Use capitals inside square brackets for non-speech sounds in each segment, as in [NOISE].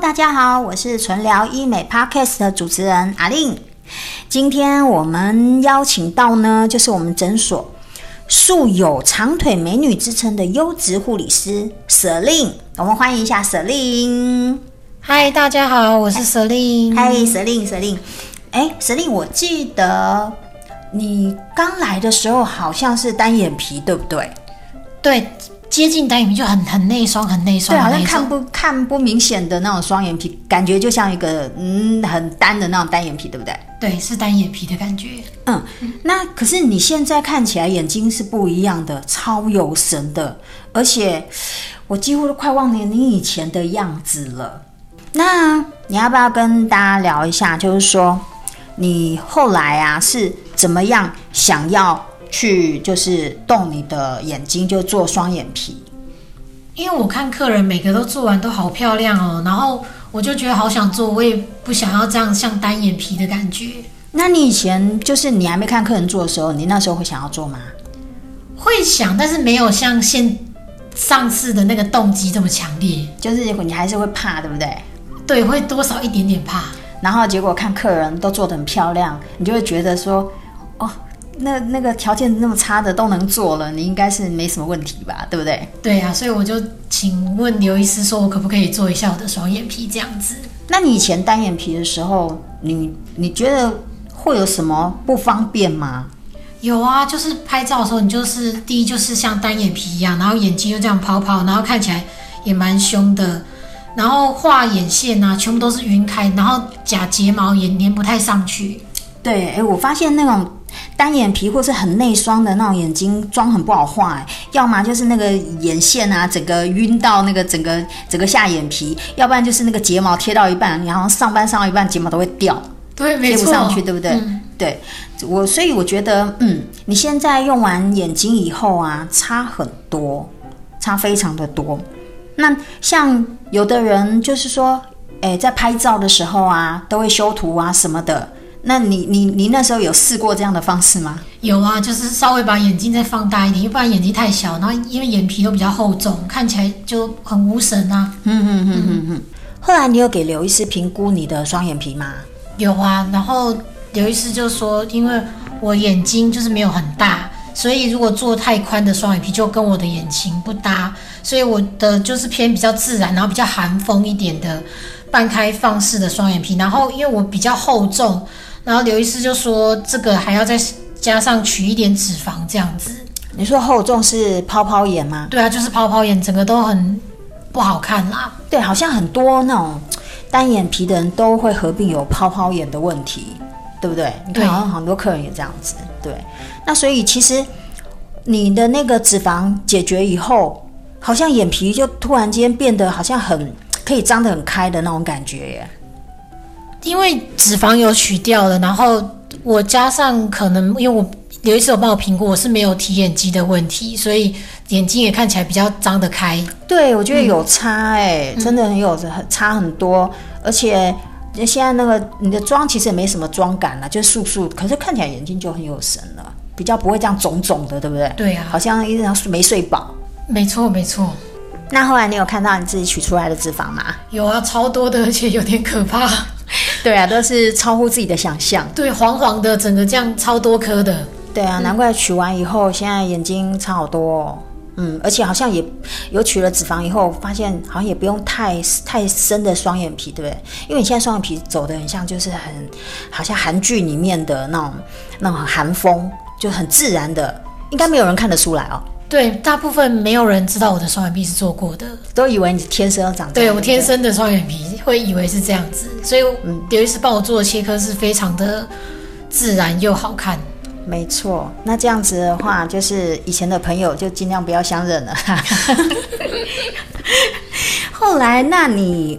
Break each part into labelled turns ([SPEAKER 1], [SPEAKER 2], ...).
[SPEAKER 1] 大家好，我是纯聊医美 Podcast 的主持人阿令。今天我们邀请到呢，就是我们诊所素有“长腿美女”之称的优质护理师舍令，我们欢迎一下舍令。
[SPEAKER 2] 嗨，大家好，我是舍令。
[SPEAKER 1] 嗨，舍令，舍令。哎，舍令，我记得你刚来的时候好像是单眼皮，对不对？
[SPEAKER 2] 对，接近单眼皮就很很内双，很内
[SPEAKER 1] 对，
[SPEAKER 2] 双，
[SPEAKER 1] 好
[SPEAKER 2] 很
[SPEAKER 1] 像
[SPEAKER 2] 内
[SPEAKER 1] 看
[SPEAKER 2] 双。
[SPEAKER 1] 不看不明显的那种双眼皮，感觉就像一个嗯很单的那种单眼皮，对不对？
[SPEAKER 2] 对，是单眼皮的感觉。
[SPEAKER 1] 嗯，那可是你现在看起来眼睛是不一样的，超有神的，而且我几乎都快忘了你以前的样子了。那你要不要跟大家聊一下，就是说你后来啊是怎么样想要去就是动你的眼睛，就做双眼皮？
[SPEAKER 2] 因为我看客人每个都做完都好漂亮哦，然后我就觉得好想做，我也不想要这样像单眼皮的感觉。
[SPEAKER 1] 那你以前就是你还没看客人做的时候，你那时候会想要做吗？
[SPEAKER 2] 会想，但是没有像现上次的那个动机这么强烈。
[SPEAKER 1] 就是你还是会怕，对不对？
[SPEAKER 2] 对，会多少一点点怕。
[SPEAKER 1] 然后结果看客人都做得很漂亮，你就会觉得说，哦，那那个条件那么差的都能做了，你应该是没什么问题吧，对不对？
[SPEAKER 2] 对啊，所以我就请问刘医师说，我可不可以做一下我的双眼皮这样子？
[SPEAKER 1] 那你以前单眼皮的时候，你你觉得会有什么不方便吗？
[SPEAKER 2] 有啊，就是拍照的时候，你就是第一就是像单眼皮一样，然后眼睛又这样泡泡，然后看起来也蛮凶的，然后画眼线啊，全部都是晕开，然后假睫毛也粘不太上去。
[SPEAKER 1] 对，哎，我发现那种单眼皮或是很内双的那种眼睛妆很不好画，哎，要么就是那个眼线啊，整个晕到那个整个整个下眼皮，要不然就是那个睫毛贴到一半，你好像上班上到一半睫毛都会掉。
[SPEAKER 2] 对，没
[SPEAKER 1] 贴
[SPEAKER 2] 错，嗯
[SPEAKER 1] 不上去，对不对？对我，所以我觉得，嗯，你现在用完眼睛以后啊，差很多，差非常的多。那像有的人就是说，哎，在拍照的时候啊，都会修图啊什么的。那你你你那时候有试过这样的方式
[SPEAKER 2] [LAUGHS]
[SPEAKER 1] 吗？
[SPEAKER 2] 有啊，就是稍微把眼睛再放大一点，要不然眼睛太小，然后因为眼皮都比较厚重，看起来就很无神啊。嗯
[SPEAKER 1] 后来你有给刘医师评估你的双眼皮吗？
[SPEAKER 2] 有啊，然后刘医师就说，因为我眼睛就是没有很大，所以如果做太宽的双眼皮就跟我的眼型不搭，所以我的就是偏比较自然，然后比较韩风一点的半开放式的双眼皮。然后因为我比较厚重，然后刘医师就说这个还要再加上取一点脂肪这样子。
[SPEAKER 1] 你说厚重是泡泡眼吗？
[SPEAKER 2] 对啊，就是泡泡眼，整个都很不好看啦。
[SPEAKER 1] 对，好像很多那种单眼皮的人都会合并有泡泡眼的问题，对不对？你看，
[SPEAKER 2] 对
[SPEAKER 1] 好像很多客人也这样子。对，那所以其实你的那个脂肪解决以后，好像眼皮就突然间变得好像很可以张得很开的那种感觉耶。
[SPEAKER 2] 因为脂肪有取掉了，然后我加上可能因为我刘医师有帮我评估，我是没有提眼肌的问题，所以眼睛也看起来比较张得开。
[SPEAKER 1] 对，我觉得有差哎、真的很有很差很多，而且。现在那个你的妆其实也没什么妆感了，就素素，可是看起来眼睛就很有神了，比较不会这样肿肿的，对不对？
[SPEAKER 2] 对啊，
[SPEAKER 1] 好像一直没睡饱。
[SPEAKER 2] 没错没错，
[SPEAKER 1] 那后来你有看到你自己取出来的脂肪吗？
[SPEAKER 2] 有啊，超多的，而且有点可怕。
[SPEAKER 1] 对啊，都是超乎自己的想象。
[SPEAKER 2] 对，黄黄的，整个这样超多颗的。
[SPEAKER 1] 对
[SPEAKER 2] 嗯
[SPEAKER 1] 啊，难怪取完以后现在眼睛差好多、哦。嗯，而且好像也有取了脂肪以后，发现好像也不用太太深的双眼皮，对不对？因为你现在双眼皮走的很像，就是很好像韩剧里面的那种那种韩风，就很自然的，应该没有人看得出来哦，
[SPEAKER 2] 对，大部分没有人知道我的双眼皮是做过的。
[SPEAKER 1] 都以为你天生要长这
[SPEAKER 2] 对
[SPEAKER 1] 样。
[SPEAKER 2] 我
[SPEAKER 1] 不
[SPEAKER 2] 天生的双眼皮会以为是这样子，所以刘医师帮我做的切割是非常的自然又好看。
[SPEAKER 1] 没错，那这样子的话，就是以前的朋友就尽量不要相认了。 [LAUGHS] 后来，那你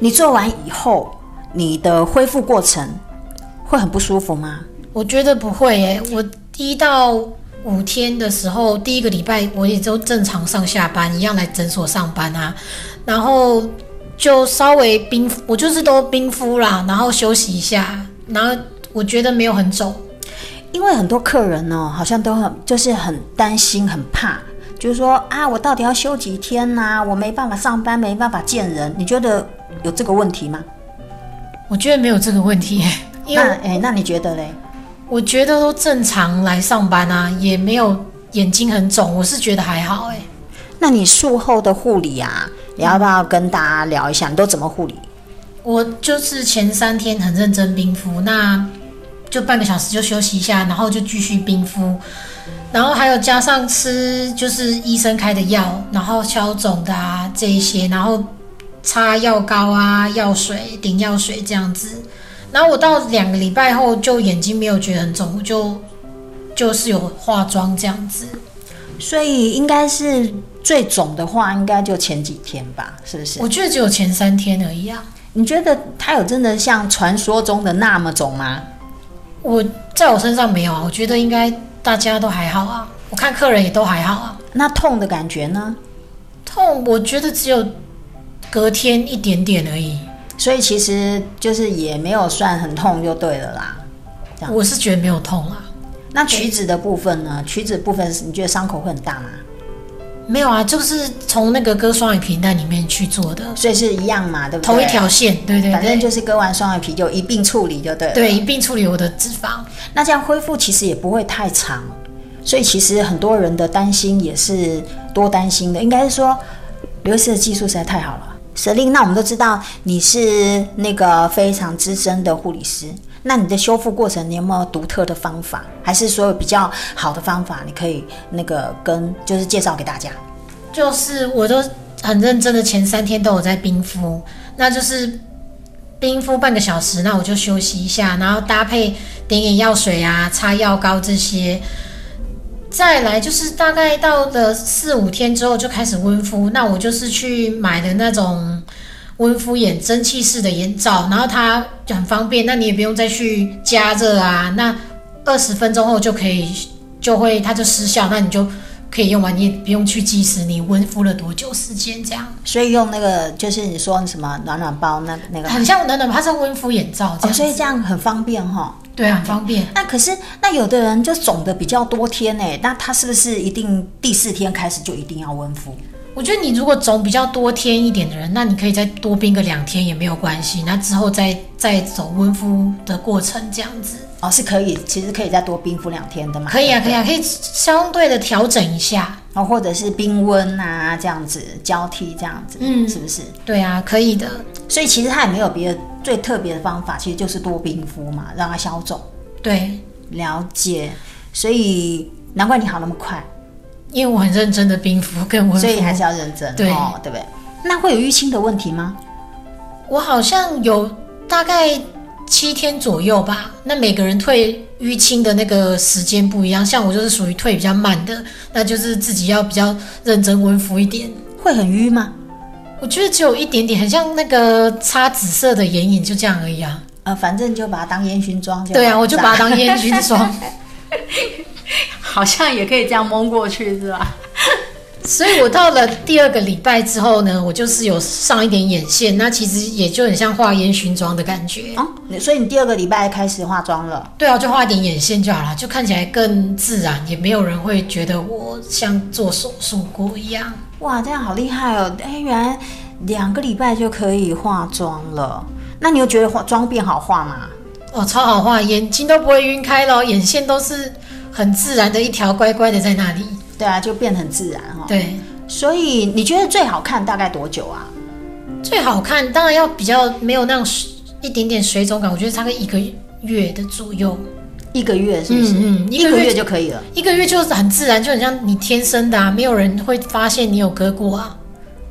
[SPEAKER 1] 你做完以后，你的恢复过程会很不舒服吗？
[SPEAKER 2] 我觉得不会耶、我一到五天的时候，第一个礼拜我也都正常上下班，一样来诊所上班啊，然后就稍微冰，我就是都冰敷啦，然后休息一下，然后我觉得没有很肿。
[SPEAKER 1] 哦因为很多客人呢、好像都很就是很担心、很怕，就是说啊，我到底要休几天呐、我没办法上班，没办法见人，你觉得有这个问题吗？
[SPEAKER 2] 我觉得没有这个问题，因
[SPEAKER 1] 那
[SPEAKER 2] 为
[SPEAKER 1] 哎，那你觉得嘞？
[SPEAKER 2] 我觉得都正常来上班啊，也没有眼睛很肿，我是觉得还好哎、
[SPEAKER 1] 那你术后的护理啊，你要不要跟大家聊一下？你都怎么护理？
[SPEAKER 2] 我就是前三天很认真冰敷，那就半个小时就休息一下，然后就继续冰敷，然后还有加上吃就是医生开的药，然后消肿的啊这一些，然后擦药膏啊、药水、顶药水这样子。然后我到两个礼拜后就眼睛没有觉得很肿，我就就是有化妆这样子。
[SPEAKER 1] 所以应该是最肿的话，应该就前几天吧，是不是？
[SPEAKER 2] 我觉得只有前三天而已啊。
[SPEAKER 1] 你觉得它有真的像传说中的那么肿吗？
[SPEAKER 2] 我在我身上没有啊，我觉得应该大家都还好啊。我看客人也都还好啊。
[SPEAKER 1] 那痛的感觉呢？
[SPEAKER 2] 痛，我觉得只有隔天一点点而已。
[SPEAKER 1] 所以其实就是也没有算很痛就对了啦。这样
[SPEAKER 2] 我是觉得没有痛啊，
[SPEAKER 1] 那曲子的部分呢？曲子部分是你觉得伤口会很大吗？
[SPEAKER 2] 没有啊，就是从那个割双眼皮带里面去做的，
[SPEAKER 1] 所以是一样嘛，对不对？
[SPEAKER 2] 同一，条线，对对对，
[SPEAKER 1] 啊反正就是割完双眼皮就一并处理就对了。
[SPEAKER 2] 对一并处理我的脂肪。
[SPEAKER 1] 那这样恢复其实也不会太长，所以其实很多人的担心也是多担心的，应该是说刘医师的技术实在太好了。舍令，那我们都知道你是那个非常资深的护理师，那你的修复过程你有没有独特的方法，还是说有比较好的方法，你可以那个跟就是介绍给大家？
[SPEAKER 2] 就是我都很认真的，前三天都有在冰敷，那就是冰敷半个小时，那我就休息一下，然后搭配点眼药水啊、擦药膏这些。再来就是大概到了四五天之后就开始温敷，那我就是去买的那种温敷眼蒸汽式的眼罩，然后它就很方便，那你也不用再去加热啊，那二十分钟后就可以就会它就失效，那你就可以用完，你也不用去计时你温敷了多久时间，这样
[SPEAKER 1] 所以用那个就是你说什么暖暖包那那个，
[SPEAKER 2] 很像暖暖，它是温敷眼罩
[SPEAKER 1] 哦，
[SPEAKER 2] 这样子，
[SPEAKER 1] 所以这样很方便哈、
[SPEAKER 2] 对，很方便。
[SPEAKER 1] 那可是，那有的人就肿的比较多天呢、那他是不是一定第四天开始就一定要温敷？
[SPEAKER 2] 我觉得你如果肿比较多天一点的人，那你可以再多冰个两天也没有关系，那之后再再走温敷的过程这样子，
[SPEAKER 1] 哦，是可以，其实可以再多冰敷两天的嘛。
[SPEAKER 2] 可以啊，可以
[SPEAKER 1] 啊。
[SPEAKER 2] 啊，可以相对的调整一下，
[SPEAKER 1] 哦，或者是冰温啊，这样子交替这样子，
[SPEAKER 2] 嗯
[SPEAKER 1] 是不是？
[SPEAKER 2] 对啊，可以的。
[SPEAKER 1] 所以其实他也没有别的最特别的方法，其实就是多冰敷嘛，让它消肿。
[SPEAKER 2] 对，
[SPEAKER 1] 了解，所以难怪你好那么快，
[SPEAKER 2] 因为我很认真的冰敷跟温敷，
[SPEAKER 1] 所以还是要认真，
[SPEAKER 2] 对
[SPEAKER 1] 哦，对不对？那会有淤青的问题吗？
[SPEAKER 2] 我好像有大概七天左右吧。那每个人退淤青的那个时间不一样，像我就是属于退比较慢的，那就是自己要比较认真温敷一点。
[SPEAKER 1] 会很淤吗？
[SPEAKER 2] 我觉得只有一点点，很像那个擦紫色的眼影，就这样而已啊。
[SPEAKER 1] 呃，反正就把它当烟熏妆就好。
[SPEAKER 2] 对啊，我就是把它当烟熏霜。 [LAUGHS]
[SPEAKER 1] 好像也可以这样蒙过去，是吧？
[SPEAKER 2] 所以我到了第二个礼拜之后呢，我就是有上一点眼线，那其实也就很像画烟熏妆的感觉。
[SPEAKER 1] 哦，你所以你第二个礼拜开始化妆了，
[SPEAKER 2] 对啊，就画一点眼线就好了，就看起来更自然，也没有人会觉得我像做手术过一样。
[SPEAKER 1] 哇，这样好厉害哦！哎，原来两个礼拜就可以化妆了。那你有觉得化妆变好化吗？
[SPEAKER 2] 哦，超好画，眼睛都不会晕开了，眼线都是很自然的一条乖乖的在那里。
[SPEAKER 1] 对啊，就变得很自然哦。
[SPEAKER 2] 对，
[SPEAKER 1] 所以你觉得最好看大概多久啊？
[SPEAKER 2] 最好看当然要比较没有那种水一点点水肿感，我觉得大概一个月的左右。
[SPEAKER 1] 一个月是不是？
[SPEAKER 2] 嗯嗯
[SPEAKER 1] 一
[SPEAKER 2] 一
[SPEAKER 1] 个
[SPEAKER 2] 个月
[SPEAKER 1] 月就可以了。
[SPEAKER 2] 一个月就是很自然，就很像你天生的啊，没有人会发现你有割过啊。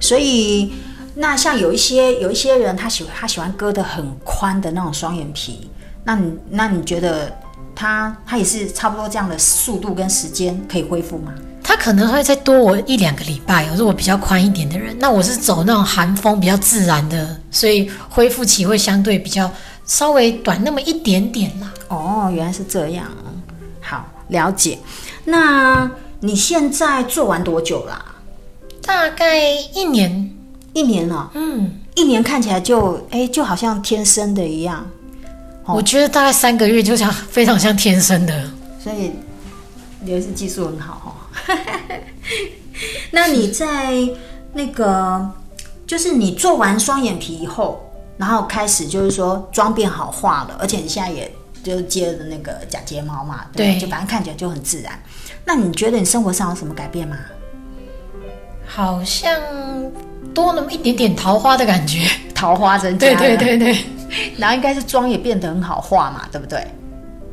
[SPEAKER 1] 所以那像有一些有一些人他喜欢他喜欢割的很宽的那种双眼皮，那你那你觉得他他也是差不多这样的速度跟时间可以恢复吗？
[SPEAKER 2] 他可能会再多我一两个礼拜，如果我比较宽一点的人，那我是走那种寒风比较自然的，所以恢复期会相对比较稍微短那么一点点啦。
[SPEAKER 1] 哦，原来是这样，好了解。那你现在做完多久啦、
[SPEAKER 2] 大概一年，
[SPEAKER 1] 一年了、
[SPEAKER 2] 嗯，
[SPEAKER 1] 一年看起来就哎、就好像天生的一样，
[SPEAKER 2] 我觉得大概三个月就像非常像天生的。
[SPEAKER 1] 所以刘医师技术很好哦。 [LAUGHS] 那你在那个，就是你做完双眼皮以后，然后开始就是说妆变好画了，而且你现在也就接了那个假睫毛嘛，对吧，
[SPEAKER 2] 对
[SPEAKER 1] 就反正看起来就很自然。那你觉得你生活上有什么改变吗？
[SPEAKER 2] 好像多那么一点点桃花的感觉。 [LAUGHS]
[SPEAKER 1] 桃花增加，
[SPEAKER 2] 对对，对啊对，
[SPEAKER 1] 然后应该是妆也变得很好画嘛，对不对？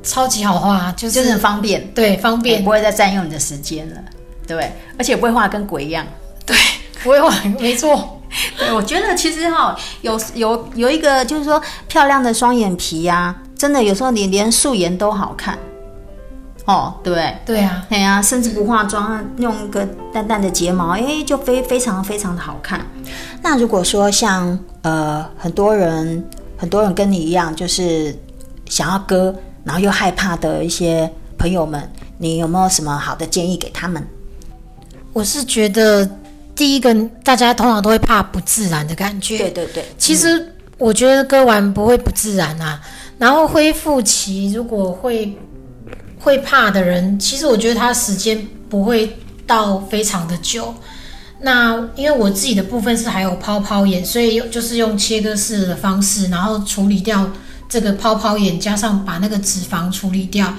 [SPEAKER 2] 超级好画，就是、
[SPEAKER 1] 就是很方便，
[SPEAKER 2] 对方
[SPEAKER 1] 也
[SPEAKER 2] 便
[SPEAKER 1] 不。会再占用你的时间了，对不对？而且也不会画得跟鬼一样。
[SPEAKER 2] 对，不会玩，没错，
[SPEAKER 1] 对，我觉得其实哈、有有有一个就是说漂亮的双眼皮呀、真的有时候你连素颜都好看，哦，对不对？
[SPEAKER 2] 对啊，
[SPEAKER 1] 哎呀、甚至不化妆，用一个淡淡的睫毛，哎，就非非常非常的好看。那如果说像呃很多人很多人跟你一样，就是想要割，然后又害怕的一些朋友们，你有没有什么好的建议给他们？
[SPEAKER 2] 我是觉得第一个大家通常都会怕不自然的感觉，
[SPEAKER 1] 对对对，
[SPEAKER 2] 其实我觉得割完不会不自然啊，然后恢复期如果会会怕的人，其实我觉得他时间不会到非常的久。那因为我自己的部分是还有泡泡眼，所以用就是用切割式的方式，然后处理掉这个泡泡眼，加上把那个脂肪处理掉，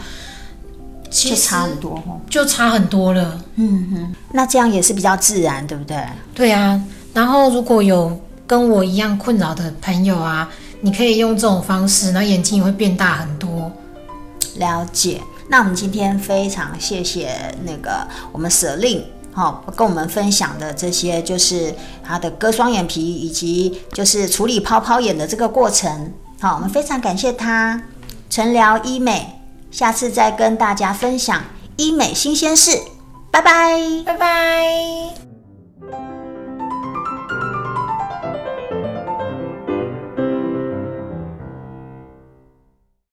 [SPEAKER 2] 其
[SPEAKER 1] 就
[SPEAKER 2] 实
[SPEAKER 1] 差很多哦。
[SPEAKER 2] 就差很多了。
[SPEAKER 1] 那这样也是比较自然，对不对？
[SPEAKER 2] 对啊，然后如果有跟我一样困扰的朋友啊，你可以用这种方式，然后眼睛也会变大很多。
[SPEAKER 1] 了解。那我们今天非常谢谢那个我们舍令。好、跟我们分享的这些就是他的割双眼皮以及就是处理泡泡眼的这个过程。哦好、我们非常感谢他。纯聊医美，下次再跟大家分享医美新鲜事。拜拜。
[SPEAKER 2] 拜拜。